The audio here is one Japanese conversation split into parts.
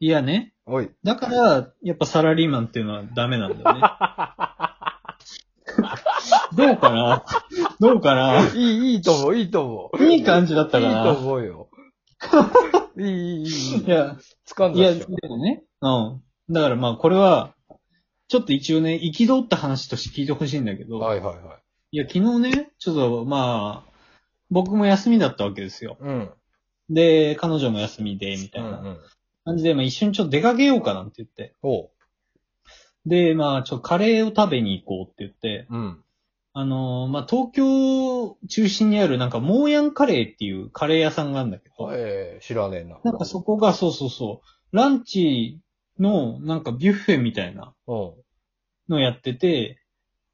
いやね。おい。だから、やっぱサラリーマンっていうのはダメなん だよね。どうかなどうかないい、いいと思う、いいと思う。いい感じだったかいいとな思うよ。いい、いい、いいい。や、掴んいや、だででしょ。もね。うん。だからまあこれは、ちょっと一応ね、憤った話として聞いてほしいんだけど、はいはいはい。いや、昨日ね、ちょっとまあ、僕も休みだったわけですよ。うん。で、彼女も休みで、みたういんう。なん感じで、まあ一緒にちょっと出かけようかなんて言って。おう。で、まあ、ちょ、カレーを食べに行こうって言って、うん。あのーまあ、東京中心にあるなんか、モーヤンカレーっていうカレー屋さんがあるんだけど、ええ知らねえな。なんかそこが、そうそうそう、ランチのなんかビュッフェみたいなうん。のやってて、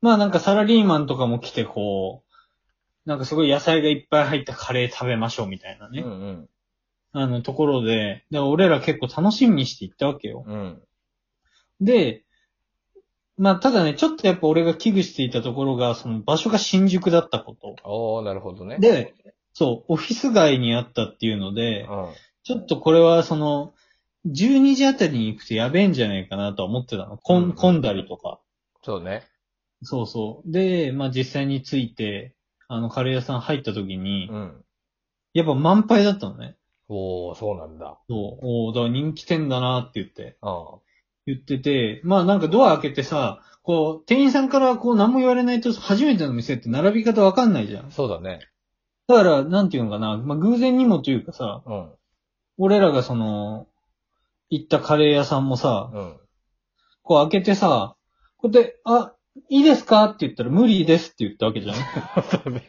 まあなんかサラリーマンとかも来てこう、なんかすごい野菜がいっぱい入ったカレー食べましょうみたいなね、うんあのところで、で俺ら結構楽しみにして行ったわけよ。うん。うん。で、まあ、ただね、ちょっとやっぱ俺が危惧していたところが、その場所が新宿だったこと。おー、なるほどね。で、そう、オフィス街にあったっていうのうで、ん。ちょっとこれはその、12時あたりに行くとやべえんじゃないかなとは思ってたの。こうんうんん、混んだりとか。そうね。そうそう。で、まあ実際に着いて、あの、カレー屋さん入った時にう、ん。やっぱ満杯だったのね。おー、そうなんだ。そう、おーだから人気店だなって言って。うん。言ってて、まあなんかドア開けてさ、こう、店員さんからこう何も言われないと初めての店って並び方わかんないじゃん。そうだね。だから、なんていうのかな、まあ偶然にもというかさ、うん。俺らがその、行ったカレー屋さんもさ、うん。こう開けてさ、こうやって、あ、いいですかって言ったら無理ですって言ったわけじゃん。 そうね。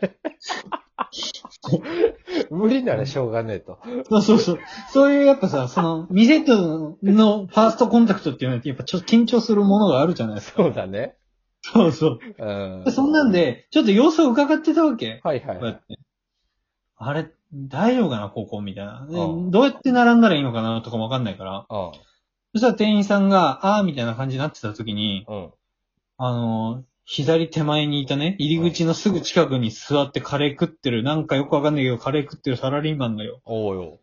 無理ならしょうがねえと。そうそうそう。そういうやっぱさ、その、店とのファーストコンタクトっていうのはやっぱちょっと緊張するものがあるじゃないですか。そうだね。そうそうう。んで。そんなんで、ちょっと様子を伺ってたわけ。はいはこうやい。って。あれ、大丈夫かな、ここみたいな。でうんどうやって並んだらいいのかなとかもわかんないから。うん。そしたら店員さんが、あーみたいな感じになってた時に、うん。あのー左手前にいたね、入り口のすぐ近くに座ってカレー食ってる、なんかよくわかんないけど、カレー食ってるサラリーマンだよ。おうよ。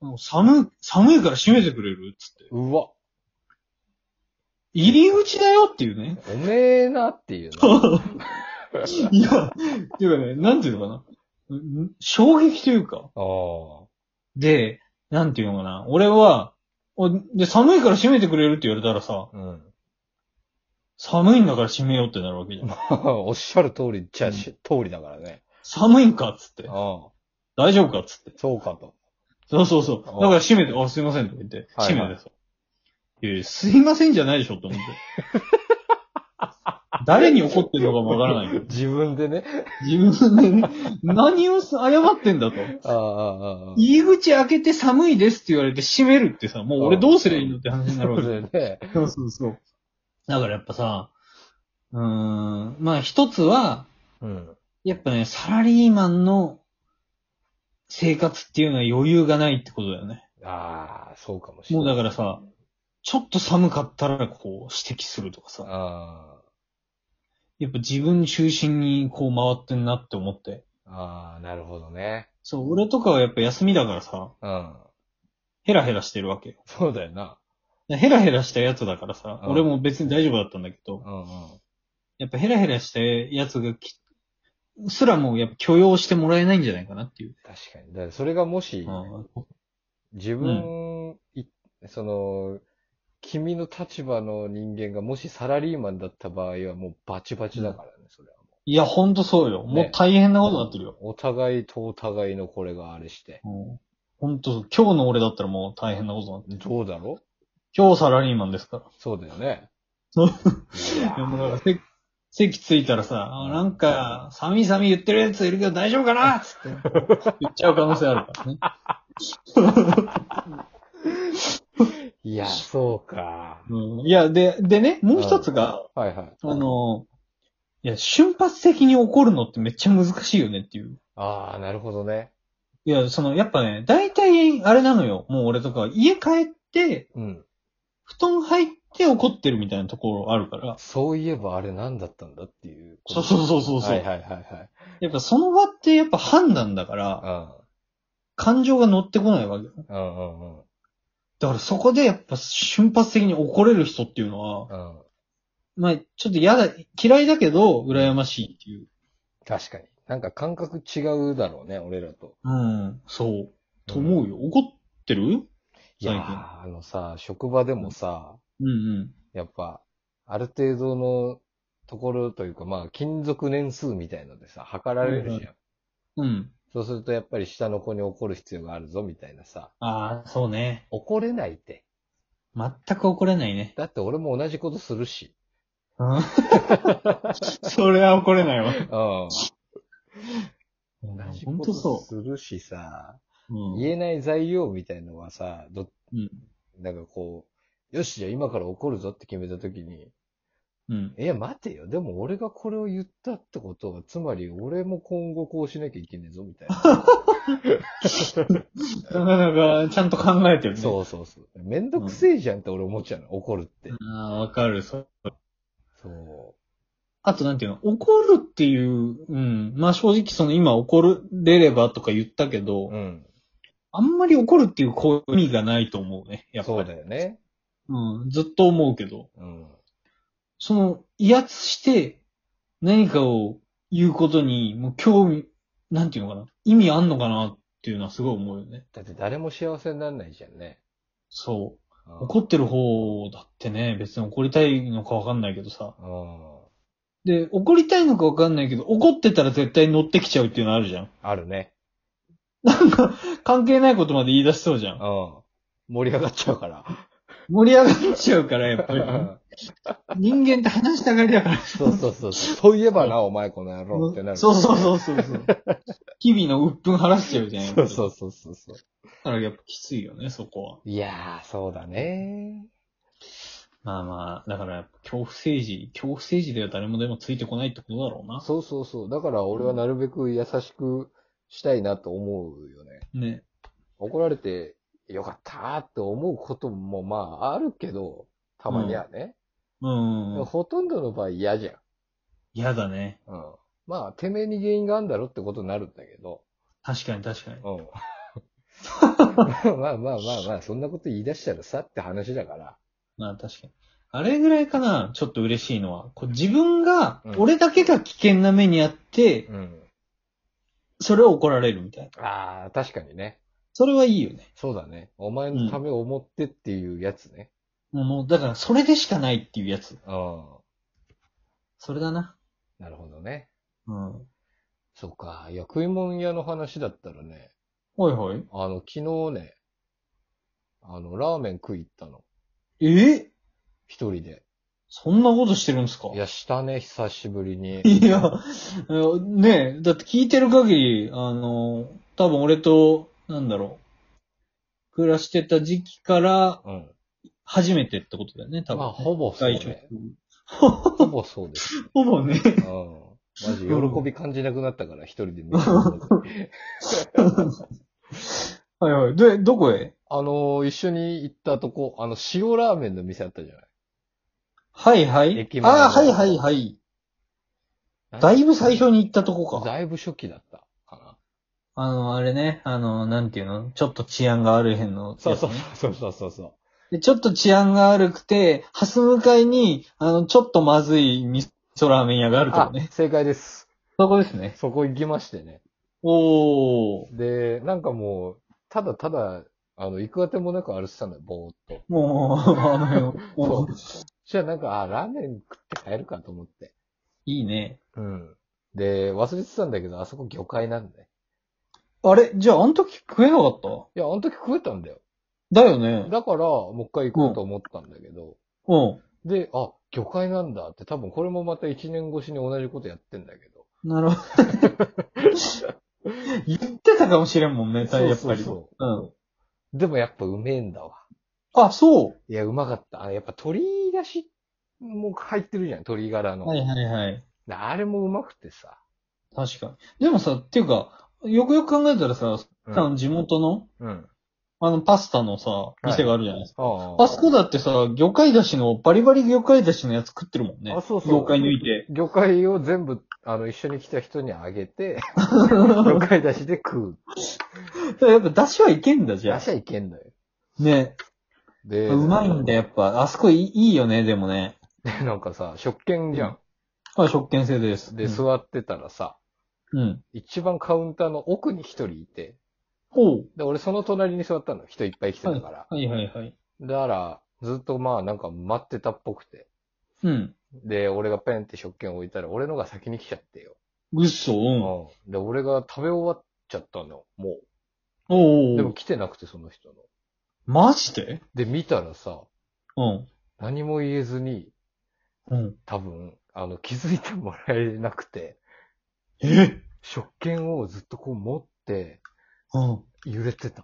もう寒い、寒いから閉めてくれるっつって。うわ。入り口だよっていうね。おめえなっていうの。いや、っていうかね、なんていうのかな。うん衝撃というか。あで、なんていうのかな。俺は、おで、寒いから閉めてくれるって言われたらさ、あ。うん。寒いんだから閉めようってなるわけじゃん。 おっしゃる通りっちゃし、通りだからね。寒いんかっつって。ああ。大丈夫かっつって。そうかと。そうそうそう。あだから閉めて、あ、すいませんとか言って、はい閉めてさ。いやいやすいませんじゃないでしょって思って。 誰に怒ってるのかもわからない。自分でね。自分でね、何をす謝ってんだと。ああ、ああ、ああ。入り口開けて寒いですって言われて閉めるってさ、もう俺どうすりゃいいのって話になるわけ。そうだよね。 そうそうそう。だからやっぱさ、うーん、まあ一つは、うん。やっぱね、サラリーマンの生活っていうのは余裕がないってことだよね。ああ、そうかもしれもうない。だからさ、ちょっと寒かったらこう指摘するとかさ、あやっぱ自分中心にこう回ってんなって思って。あ、ああ、なるほどね。そう、俺とかはやっぱ休みだからさ、うん。ヘラヘラしてるわけよ。そうだよな。ヘラヘラしたやつだからさ、うん俺も別に大丈夫だったんだけど、うんうん。やっぱヘラヘラしたやつがき、すらもうやっぱ許容してもらえないんじゃないかなっていう。確かに。だからそれがもし、自分、いその、君の立場の人間がもしサラリーマンだった場合はもうバチバチだからね、それは。いや、ほんとそうよ。もう大変なことになってるよ。お互いとお互いのこれがあれして。うんほんと、今日の俺だったらもう大変なことになってる。どうだろ今日サラリーマンですから。うそうだよね。そういやいやもうだからせ席ついたらさ、あなんか、寒い寒い言ってるやついるけど大丈夫かなつって。言っちゃう可能性ある からね。いや、そうか。うん、いや、で、でね、もう一つが、はいはい。あの、いや、瞬発的に起こるのってめっちゃ難しいよねっていう。ああ、なるほどね。いや、その、やっぱね、大体、あれなのよ。もう俺とか、家帰って、うん。布団入って怒ってるみたいなところあるから。そういえばあれ何だったんだっていう。そうそうそうそうそう、はいはいはいはい。やっぱその場ってやっぱ判断だから、感情が乗ってこないわけよ。うん。うんうんうん。だからそこでやっぱ瞬発的に怒れる人っていうのは、うん。まあ、ちょっと嫌だ、嫌いだけど、羨ましいっていう。確かに。なんか感覚違うだろうね、俺らと。うん、そう。と思うよ。怒ってるいや最近ー、あのさ、職場でもさ、うんうん。やっぱ、ある程度のところというか、まあ、勤続年数みたいのでさ、測られるじゃん。うんうん。そうすると、やっぱり下の子に怒る必要があるぞ、みたいなさ。ああ、そうね。怒れないって。全く怒れないね。だって俺も同じことするし。うん それは怒れないわ。うん。同じ本こ当とそするしさ、う。うん言えない材料みたいのはさ、ど、うん。なんかこう、よし、じゃあ今から怒るぞって決めたときに、うん。いや、待てよ。でも俺がこれを言ったってことは、つまり俺も今後こうしなきゃいけねえぞ、みたいな。なかなか、ちゃんと考えて るね。そうそうそう。めんどくせえじゃんって俺思っちゃうの。怒るって。ああ、わかる。そう。そあと、なんていうの怒るっていう、うん。まあ正直、その今怒れればとか言ったけど、う。うん。あんまり怒るっていう行為がないと思うね。やっぱり。そうだよね。うん。ずっと思うけど。うん。その、威圧して何かを言うことに、もう興味、なんていうのかな意味あんのかなっていうのはすごい思うよね。だって誰も幸せになんないじゃんね。そう。うん怒ってる方だってね、別に怒りたいのかわかんないけどさ。うん。で、怒りたいのかわかんないけど、怒ってたら絶対乗ってきちゃうっていうのあるじゃん。あるね。関係ないことまで言い出しそうじゃ。うんん。盛り上がっちゃうから。盛り上がっちゃうから、やっぱ り。人間って話したがりだから。そうそうそうそう。そういえばな、お前この野郎ってなる。そうそうそうそうそう。 日々の鬱憤晴らしちゃうじゃん。やっぱそうりそうそうそうそう。だからやっぱきついよね、そこは。いやー、そうだね。まあまあ、だから、恐怖政治、恐怖政治では誰もでもついてこないってことだろうな。そうそうそう。だから俺はなるべく優しくしたいなと思うよね。ね。怒られてよかったーって思うこともまああるけど、たまにはね。うん。ほとんどの場合嫌じゃん。嫌だね。うん。まあ、てめえに原因があるんだろってことになるんだけど。確かに確かに。うん。 まあまあまあまあ、そんなこと言い出したらさって話だから。まあ確かに。あれぐらいかな、ちょっと嬉しいのは。こう自分がうん、俺だけが危険な目にあって、うん。それを怒られるみたいな。ああ、確かにね。それはいいよね。そうだね。お前のためを思ってっていうやつね。もう、だから、それでしかないっていうやつ。うん。それだな。なるほどね。うん。そうか。いや、食い物屋の話だったらね、はいはい。あの、昨日ね、あの、ラーメン食い行ったの。ええ一人で。そんなことしてるんですかいや、したね、久しぶりに。いや、あのねえ、だって聞いてる限り、あの、多分俺と、なんだろう、暮らしてた時期からうん。初めてってことだよね、多分、ね。まあ、ほぼそう外食ね。ほぼそうです。ほぼね。 うん。マジ、喜び感じなくなったから、一人で飯食うのに。はいはい。で、どこへあの、一緒に行ったとこ、あの、塩ラーメンの店あったじゃない。はいはい駅。前のああ、はいはいはい。だいぶ最初に行ったとこか。だいぶ初期だったかあの、あれね、あの、なんていうのちょっと治安が悪い辺のやな。つね、そうそうそうそう。で。ちょっと治安が悪くて、ハス向かいに、あの、ちょっとまずい味噌ラーメン屋があるとあこね。正解です。そこですね。そこ行きましてね。おー。で、なんかもう、ただただ、あの、行くあてもなく歩いてたのよ、ぼーっと。もう、 あの辺そをう。じゃあなんか、あ、ラーメン食って帰るかと思って。いいね。うん。で、忘れてたんだけど、あそこ魚介なんで。あれじゃあ、あの時食えなかったいや、あの時食えたんだよ。だよね。だから、もう一回行こうと思ったんだけど、うで、あ、魚介なんだって、多分これもまた一年越しに同じことやってんだけど。ん。なるほど。 言ってたかもしれんもんね、やっぱり。そうそううそう。でもやっぱうめえんだわ。ん。あ、そいや、うまかった。あやっぱ鶏だしも入ってるじゃん、鶏ガラう。の。はいはいはい。あれもうまくてさ。確かに。でもさ、っていうか、よくよく考えたらさ、うん多分地元の、うん。あの、パスタのさ、い店があるじゃないですか。ああそこだってさ、魚介だしの、バリバリ魚介だしのやつ食ってるもんね。あそうそう魚介抜い て。魚介を全部、あの、一緒に来た人にあ げて、魚だか介だしで食う。らやっぱ、だしはいけんだじ出ゃしゃいけんのよ。あ。ね。で、うまいんだ、やっぱ。あそこいいいいよね、でもね。で、なんかさ、食券じゃん。あ、食券制です。で、座ってたらさ、うん。うん。一番カウンターの奥に一人いて、ほう。で、俺その隣に座ったの。人いっぱい来てたから。はいはいはい。だから、ずっとまあなんか待ってたっぽくて。うん。で、俺がペンって食券置いたら、俺のが先に来ちゃってよ。ぐっそ、うん。おううん。で、俺が食べ終わっちゃったの、もおう。うでおもう。来てなくて、その人の。マジでで、見たらさ、うん。何も言えずに、うん。多分、あの、気づいてもらえなくて、え食券をずっとこう持って、うん。揺れてた。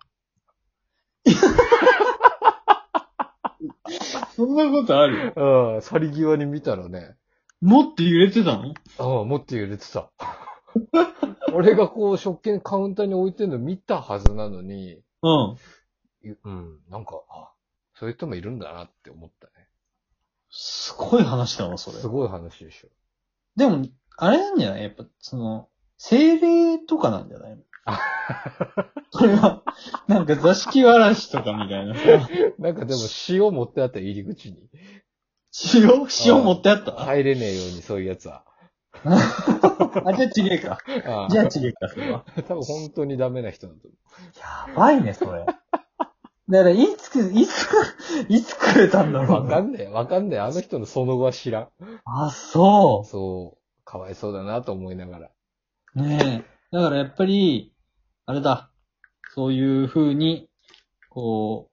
そんなことあるうん、去り際に見たらね、持って揺れてたのああ、持って揺れてた。 俺がこう、食券カウンターに置いてるの見たはずなのに、うん。ゆうん、なんか、あ、そういう人もいるんだなって思ったね。すごい話だわ、それす。ごい話でしょ。でも、あれなんじゃないやっぱ、その、精霊とかなんじゃないあこれは、なんか座敷わらしとかみたいな さ。なんかでも塩持ってあった入り口に。塩塩持ってあった入れねえようにそういうやつは。あ、じゃあちげえか。あじゃあちげえか、それは。あ、多分本当にダメな人だと思やばいね、それ。だから、いつ、いつ、いつくれたんだう。ろうわかな。んねえ、わかんねえ。あの人のその後は知らん。あ、そそう、かわいそうだなと思いながら。う。ねえ。だからやっぱり、あれだ。そういう風に、こ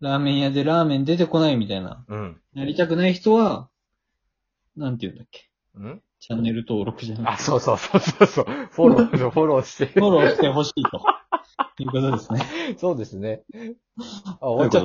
う、ラーメン屋でラーメン出てこないみたいな。うん。なりたくない人は、なんて言うんだっけ。うんチャンネル登録じゃなあ、い。そうそうそうそうそう。フォロー、フォローして フォローしてほしいと。いうことですね。そうですね。あ、終わっちゃった。